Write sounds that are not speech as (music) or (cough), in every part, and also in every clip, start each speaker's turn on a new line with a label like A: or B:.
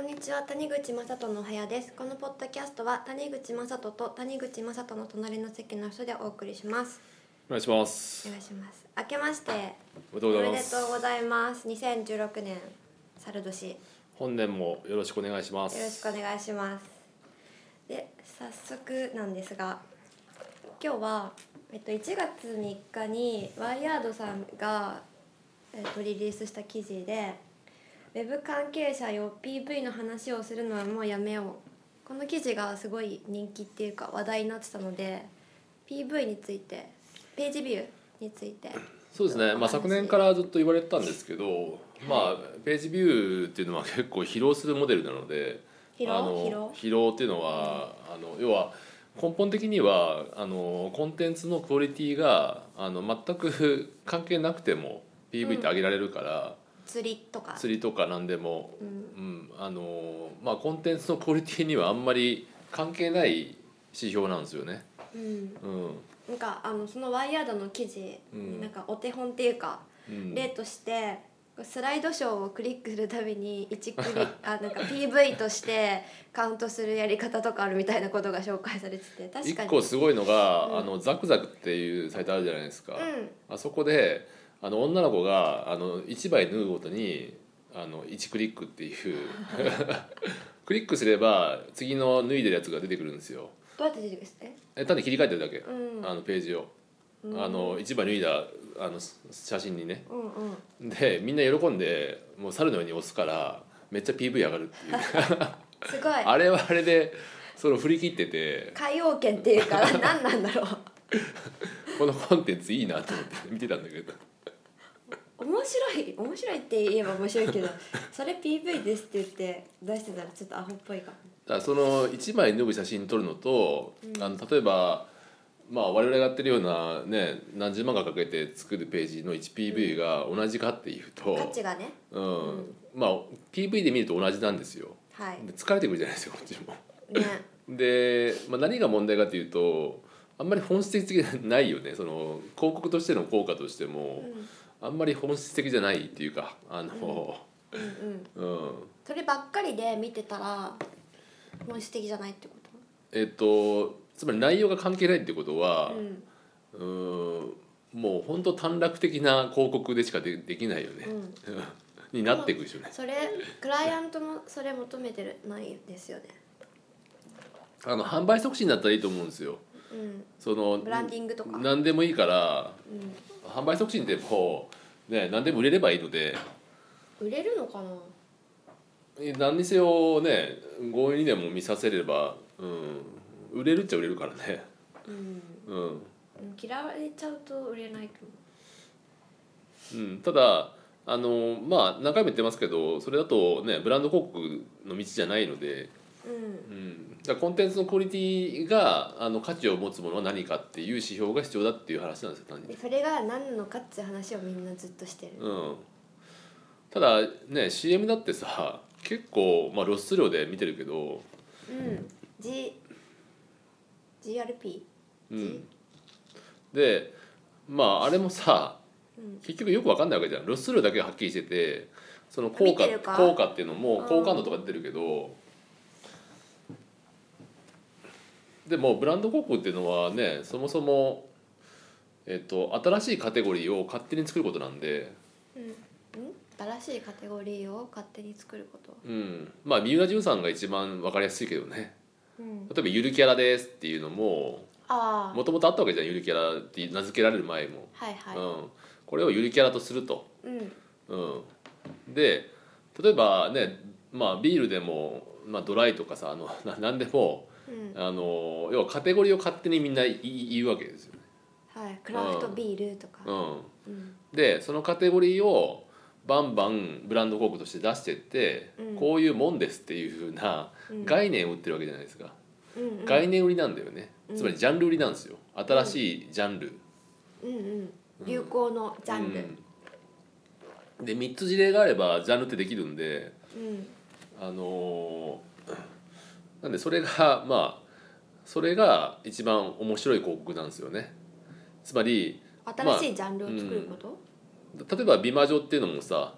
A: んにちは谷口正人のお部屋ですこのポッドキャストは谷口正人と谷口正人の隣の席の人でお送りします
B: お願いします
A: お。願いします明けまして
B: おめでと
A: お
B: うござ
A: め
B: い
A: で
B: ます。
A: とうございます2016年猿年よ
B: 本年もよろしくお願いします。
A: ろしくお願いしますで早速なんですが今日は、えっと、1月3日にワイヤードさんが、えっと、リリースした記事でウェブ関係者よ PV の話をするのはもうやめようこの記事がすごい人気っていうか話題になってたので PV についてページビューについて
B: そうですね。まあ昨年からずっと言われてたんですけど、まあページビューっていうのは結構疲労するモデルなので、
A: 疲労
B: あ
A: 疲
B: の
A: 労
B: 疲労っていうのはあの要は根本的にはあのコンテンツのクオリティがあの全く関係なくても PV って上げられるから、
A: 釣りとか
B: 釣りとか何でも
A: うん
B: うん、あのまあコンテンツのクオリティにはあんまり関係ない指標なんですよね。
A: うん
B: うん、
A: なんかあのそのワイヤードの記事
B: うん
A: になんかお手本っていうか、
B: うん、
A: 例としてスライドショーをクリックするたびに1ク
B: (laughs)
A: リあなんか PV としてカウントするやり方とかあるみたいなことが紹介されてて確か
B: 一
A: に
B: 個すごいのが、
A: うん
B: あのザクザクっていうサイトあるじゃないですか。
A: うん
B: あそこであの女の子があの1枚縫うごとにあの1クリックっていう
A: (laughs)
B: クリックすれば次の縫いでるやつが出てくるんですよ。
A: どうやって出てくるんですね
B: え単に切り替えてるだけ、
A: うん
B: あのページを、
A: うん
B: あの1枚脱いだあの写真にね。
A: うんうん
B: でみんな喜んでもう猿のように押すからめっちゃ PV 上がるっていう
A: すごい
B: (laughs) あれはあれでその振り切ってて
A: 海洋圏っていうか何なんだろう
B: このコンテンツいいなと思って見てたんだけど
A: 面白い面白いって言えば面白いけどそれ PV ですって言って出してたらちょっとアホっぽいかも
B: だからその1枚脱ぐ写真撮るのと、あの例えば、まあ、我々がやってるような、ね、何十万かかけて作るページの 1PV が同じかっていう
A: 価
B: と
A: 値、がね
B: うんまあ、PV で見ると同じなんですよ。
A: はい
B: で疲れてくるじゃないですかこっちも。
A: ね
B: で、まあ、何が問題かというとあんまり本質的じゃないよねその広告としての効果としても、あんまり本質的じゃないっていうかあの、
A: うんうん
B: うん
A: そればっかりで見てたら本質的じゃないってこ
B: えっとつまり内容が関係ないってこと
A: と
B: は
A: う、ん
B: うーんもう本当短絡的な広告でしかでできないよね
A: う、ん
B: になっていくでしょうね。
A: それクライアントもそれ求めてないですよね
B: あの販売促進だったらいいと思うんですよ。
A: うん
B: その
A: ブランディングとか
B: 何でもいいから
A: う
B: 販売促進ってもう、ね、何でも売れればいいので。
A: ん売れるのかな
B: 何にせよね強引にでも見させれば、うん、売れるっちゃ売れるからね、
A: うん
B: うん
A: 嫌われちゃうと売れないかも
B: うん、ただあのまあ何回も言ってますけどそれだとねブランド広告の道じゃないので、
A: うん
B: うん、だからコンテンツのクオリティがあの価値を持つものは何かっていう指標が必要だっていう話なんですよ単純に
A: でそれが何なのかっていう話をみんなずっとしてる
B: うん、ただね CM だってさ結構、まあ、露出量で見てるけど、
A: うん、G GRP
B: うん、でまああれもさ
A: うん
B: 結局よくわかんないわけじゃん露出量だけがはっきりしててその効
A: 見
B: 果
A: てるか
B: 効果っていうのも
A: うん
B: 好感度とか出てるけどでもブランド広告っていうのはねそもそも、えっと、新しいカテゴリーを勝手に作ることなんで、
A: うんん新しいカテゴリーを勝手に作ること
B: うん、まあ三浦淳さんが一番わかりやすいけどね
A: うん
B: 例えば「ゆるキャラです」っていうのも
A: ああ
B: もともとあったわけじゃんゆるキャラって名付けられる前も、
A: はいはい
B: うん、これをゆるキャラとすると。
A: うん
B: うん、で例えばね、まあ、ビールでも、まあ、ドライとかさあの (laughs) な何でも
A: うん
B: あの要はカテゴリーを勝手にみんな言い言うわけですよ、ね
A: はい、クラフトビールとか、
B: う
A: うん
B: ん、でそのカテゴリーをバンバンブランド広告として出してって、
A: うん
B: こういうもんですっていうふうな
A: うん
B: 概念を売ってるわけじゃないですか、
A: うんうん、
B: 概念売りなんだよね、
A: うん
B: つまりジャンル売りなんですよ新しいジャンル、
A: うんうん、流行のジャンル、
B: うんで3つ事例があればジャンルってできるんで
A: うん
B: あのーなんでそれが (laughs) まあそれが一番面白い広告なんですよねつまり
A: 新しいジャンルを作ること、
B: 例えば美魔女っていうのもさ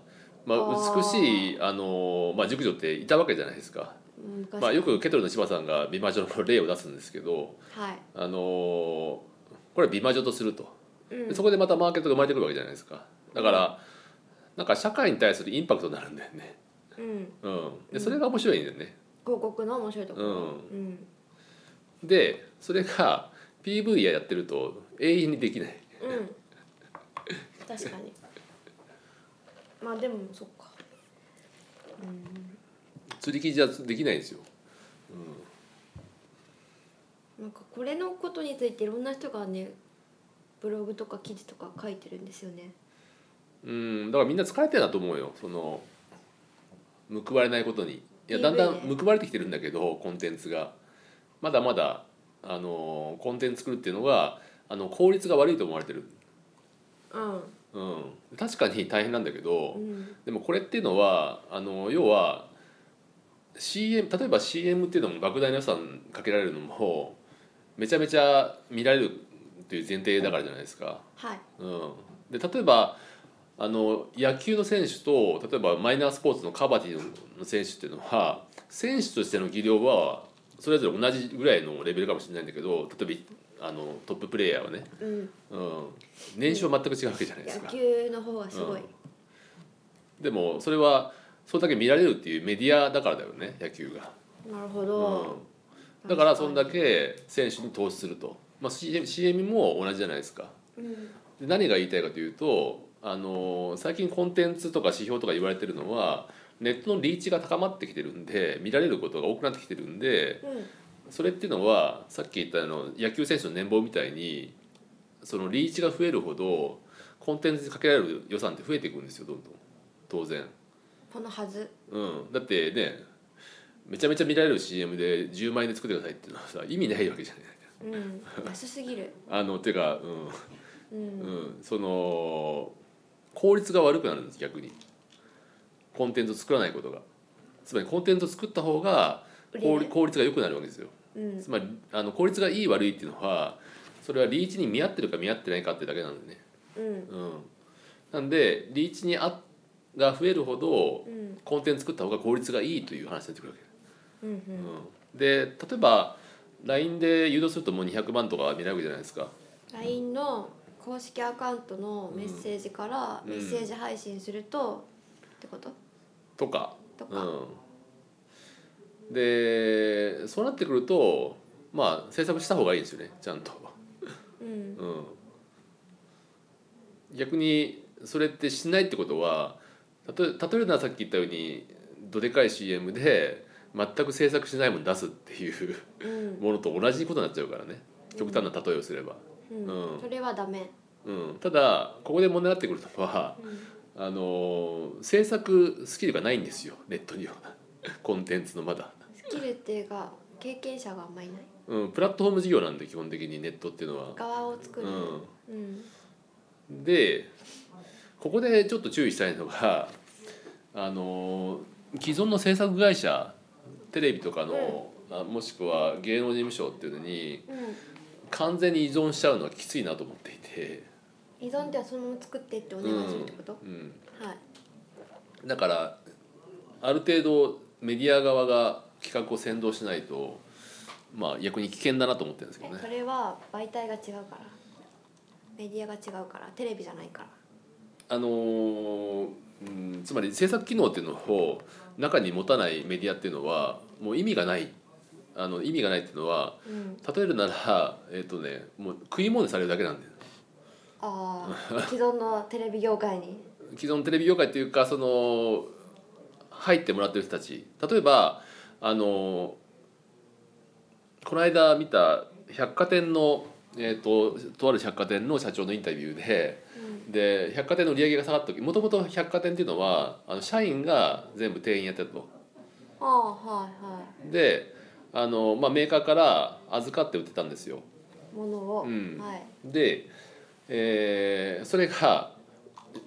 B: まあ、
A: あー
B: 美しいあの、まあ、熟女っていたわけじゃないですか、
A: 昔
B: まあ、よくケトルの千葉さんが美魔女の例を出すんですけど、
A: はい、
B: あのこれ美魔女とすると、
A: うん、
B: そこでまたマーケットが生まれてくるわけじゃないですかだからなんか社会に対するインパクトになるんだよね、
A: うん、
B: うん、でそれが面白いんだよね
A: 広告の面白いところ、
B: うん
A: うん
B: でそれが PV ややってると永遠にできない
A: うん、確かに (laughs) まあでもそっか
B: 釣り記事はできないんですよ
A: なんかこれのことについていろんな人がねブログとか記事とか書いてるんですよね
B: うんだからみんな疲れてるなと思うよその報われないことにいや
A: PV
B: だんだん
A: ね
B: 報われてきてるんだけどコンテンツがまだまだあのコンテンツ作るっていうのがあの効率が悪いと思われてる、
A: うん、
B: うん、確かに大変なんだけど、
A: うん、
B: でもこれっていうのはあの要は CM 例えば CM っていうのも莫大な予算かけられるのもめちゃめちゃ見られるっていう前提だからじゃないですか。
A: はい
B: うん、で例えばあの野球の選手と例えばマイナースポーツのカバティの選手っていうのは選手としての技量はそれぞれ同じぐらいのレベルかもしれないんだけど例えばあのトッププレーヤーはね、
A: うん、
B: うん、年収は全く違うわけじゃないですか
A: 野。球の方がすごい、
B: うんでもそれはそれだけ見られるっていうメディアだからだよね野球が、
A: なるほ
B: う
A: ど、
B: ん、だからそんだけ選手に投資すると、まあ、CM, CM も同じじゃないですか
A: うん
B: で何が言いたいかというとあの最近コンテンツとか指標とか言われてるのはネットのリーチが高まってきてるんで見られることが多くなってきてるんでそれっていうのはさっき言ったあの野球選手の年俸みたいにそのリーチが増えるほどコンテンツにかけられる予算って増えていくんですよどんどん当然。
A: このはず
B: うん、だってねめちゃめちゃ見られる CM で10万円で作ってくださいっていうのはさ意味ないわけじゃない
A: うん安すぎる
B: あのてか、
A: う
B: うん
A: ん
B: うん、その効率が悪くなるんです逆にコンテンツを作らないことがつまりコンテンツを作った方が
A: 売れ
B: 効
A: る
B: 率効率が良くなるわけですよ
A: うん
B: つまりあの効率がいい悪いっていうのはそれはリーチに見合ってるか見合ってないかってだけなんでね、
A: うん
B: うん、なんでリーチにあが増えるほど
A: うん
B: コンテンツ作った方が効率がいいという話になってくるわけ
A: うんうん
B: うんで例えば LINE で誘導するともう200万とか見られるわけじゃないですか
A: LINE の公式アカウントのメッセージから
B: うん
A: メッセージ配信すると、ってこと
B: とか
A: とか、
B: うん、でそうなってくるとまあ制作した方がいいんですよねちゃんと、
A: うん
B: うん、逆にそれってしないってことは例え例えるならさっき言ったようにどでかい CM で全く制作しないもの出すっていう
A: うん
B: ものと同じことになっちゃうからね極端な例えをすれ
A: う
B: ば、
A: ん
B: うん
A: それはダメ、
B: うん、ただここで問題になってくるのは
A: うん
B: あのー制作スキルがないんですよネットにはコンテンツのまだ、
A: スキルっていうか経験者があんまいない
B: うん、プラットフォーム事業なんで基本的にネットっていうのは、
A: 側を作る、うん
B: うん、でここでちょっと注意したいのが、あのー既存の制作会社テレビとかの、あもしくは芸能事務所っていうのに
A: うん、
B: 完全に依存しちゃうのはきついなと思っていて、
A: 依存ってはそのまま作ってってお願いするってこと、
B: うん、
A: はい
B: だからある程度メディア側が企画を先導しないとまあ逆に危険だなと思ってるんですけど
A: え
B: ね
A: それは媒体が違うからメディアが違うからテレビじゃないから
B: あのーうん、つまり制作機能っていうのを中に持たないメディアっていうのはもう意味がないあの意味がないっていうのは
A: うん
B: 例えるならえっ、とねもう食い物にされるだけなんだよ
A: あ
B: (laughs)
A: あ既存のテレビ業界に
B: 既存のテレビ業界っていうかその入ってもらってる人たち例えばあのこの間見た百貨店の、えー、ととある百貨店の社長のインタビューでで百貨店の売り上げが下がった時もともと百貨店っていうのはあの社員が全部店員やってたと。
A: ああはいは
B: であの、まあ、メーカーから預かって売ってたんですよ。
A: いものを、
B: うん
A: はい
B: で、えーそれが、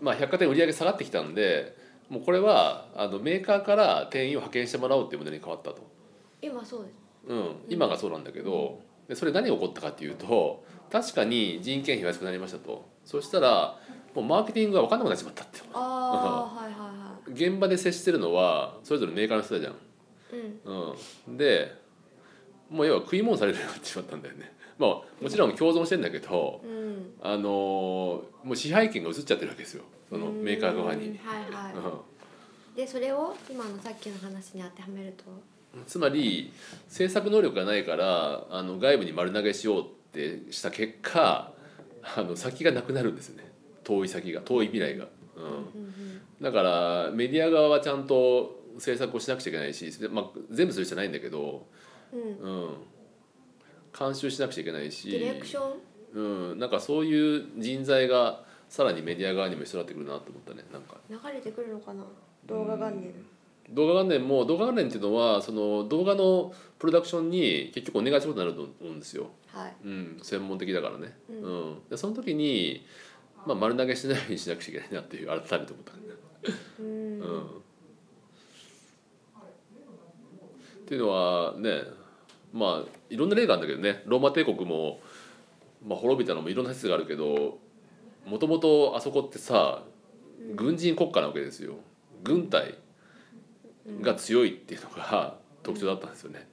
B: まあ、百貨店売り上げ下がってきたんでもうこれはあのメーカーから店員を派遣してもらおうっていうものに変わったと、
A: 今そうです
B: うん、今がそうなんだけどでそれ何が起こったかっていうと確かに人件費が安くなりましたとそしたらもうマーケティングが分かんなくなっちまったって (laughs)
A: ああはいはいは
B: 現場で接してるのはそれぞれメーカーの人だじゃん、
A: うん
B: うん、でもう要は食い物されるようになってしまったんだよねまあもちろん共存してんだけど
A: うん
B: あのーもう支配権が移っちゃってるわけですよそのメーカー側
A: うん
B: に、
A: はいはい、
B: う (laughs)
A: でそれを今のさっきの話に当てはめると
B: ん、つまり制作能力がないからあの外部に丸投げしようってした結果あの先がなくなるんですよね遠い先が遠い未来が、うん、
A: うんうん
B: だからメディア側はちゃんと制作をしなくちゃいけないし、でまあ、全部する必要ないんだけど、
A: うん
B: うん、監修しなくちゃいけないし
A: ディレクション
B: うん、なんかそういう人材がさらにメディア側にも必要になってくるなと思ったねなんか
A: 流れてくるのかな動画元年
B: 動画関連も動画関連っていうのはその動画のプロダクションに結局お願いすることになると思うんですよ、
A: はい
B: うん、専門的だからね、
A: う
B: うんんでその時に、まあ、丸投げしないようにしなくちゃいけないなっていう改めて思った
A: うん
B: うんっていうのはねまあいろんな例があるんだけどねローマ帝国も、まあ、滅びたのもいろんな説があるけどもともとあそこってさ軍人国家なわけですよ軍隊が強いっていうのが特徴だったんですよね、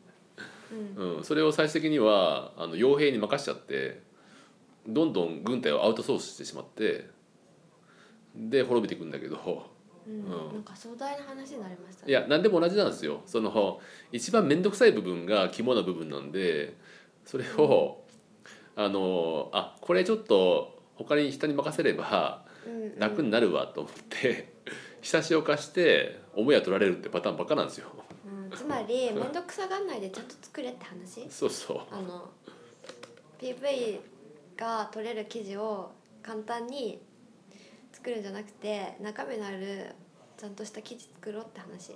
A: うん
B: うん、それを最終的にはあの傭兵に任しちゃってどんどん軍隊をアウトソースしてしまってで滅びていくんだけど。
A: うんなんか壮大な話になりました
B: いや何でも同じなんですよその一番面倒くさい部分が肝な部分なんでそれを、あのあこれちょっと他に人に任せれば
A: うん
B: 楽になるわと思って、久しを化して思いは取られるってパターンばっかなんですよ
A: うんつまり面倒くさがんないでちゃんと作れって話
B: そうそう
A: あの PV が取れる記事を簡単に作るんじゃなくて中身のあるちゃんとした記事作ろうって話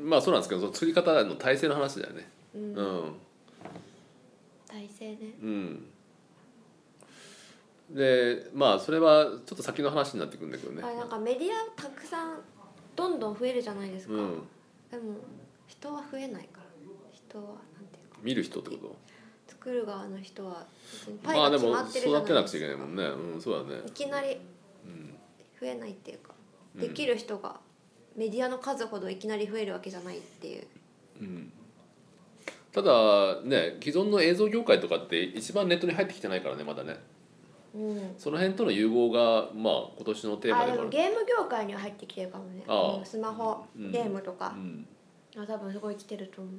B: まあそうなんですけどその作り方の体制の話だよね
A: うん
B: うん
A: 体制ね
B: うんでまあそれはちょっと先の話になってくるんだけどね
A: あれなんかメディアたくさんどんどん増えるじゃないですか、
B: うん、
A: でも人は増えないから人はなんていうか
B: 見る人ってこと
A: 作る側の人は別にパイ
B: ま
A: が
B: あで
A: 決
B: も
A: まってるじゃ
B: 育て
A: ないで
B: なくちゃい
A: す
B: けない
A: か
B: もんねうんそうだね
A: いきなり増えないっていうか、できる人がメディアの数ほどいきなり増えるわけじゃないっていう
B: うんただね既存の映像業界とかって一番ネットに入ってきてないからねまだね
A: うん
B: その辺との融合がまあ今年のテーマ
A: あで
B: でもあ
A: も
B: る
A: ゲーム業界には入ってきてるかもね
B: ああ
A: うんスマホ、
B: うん
A: ゲームとか
B: う、ん
A: あ多分すごい来てると思う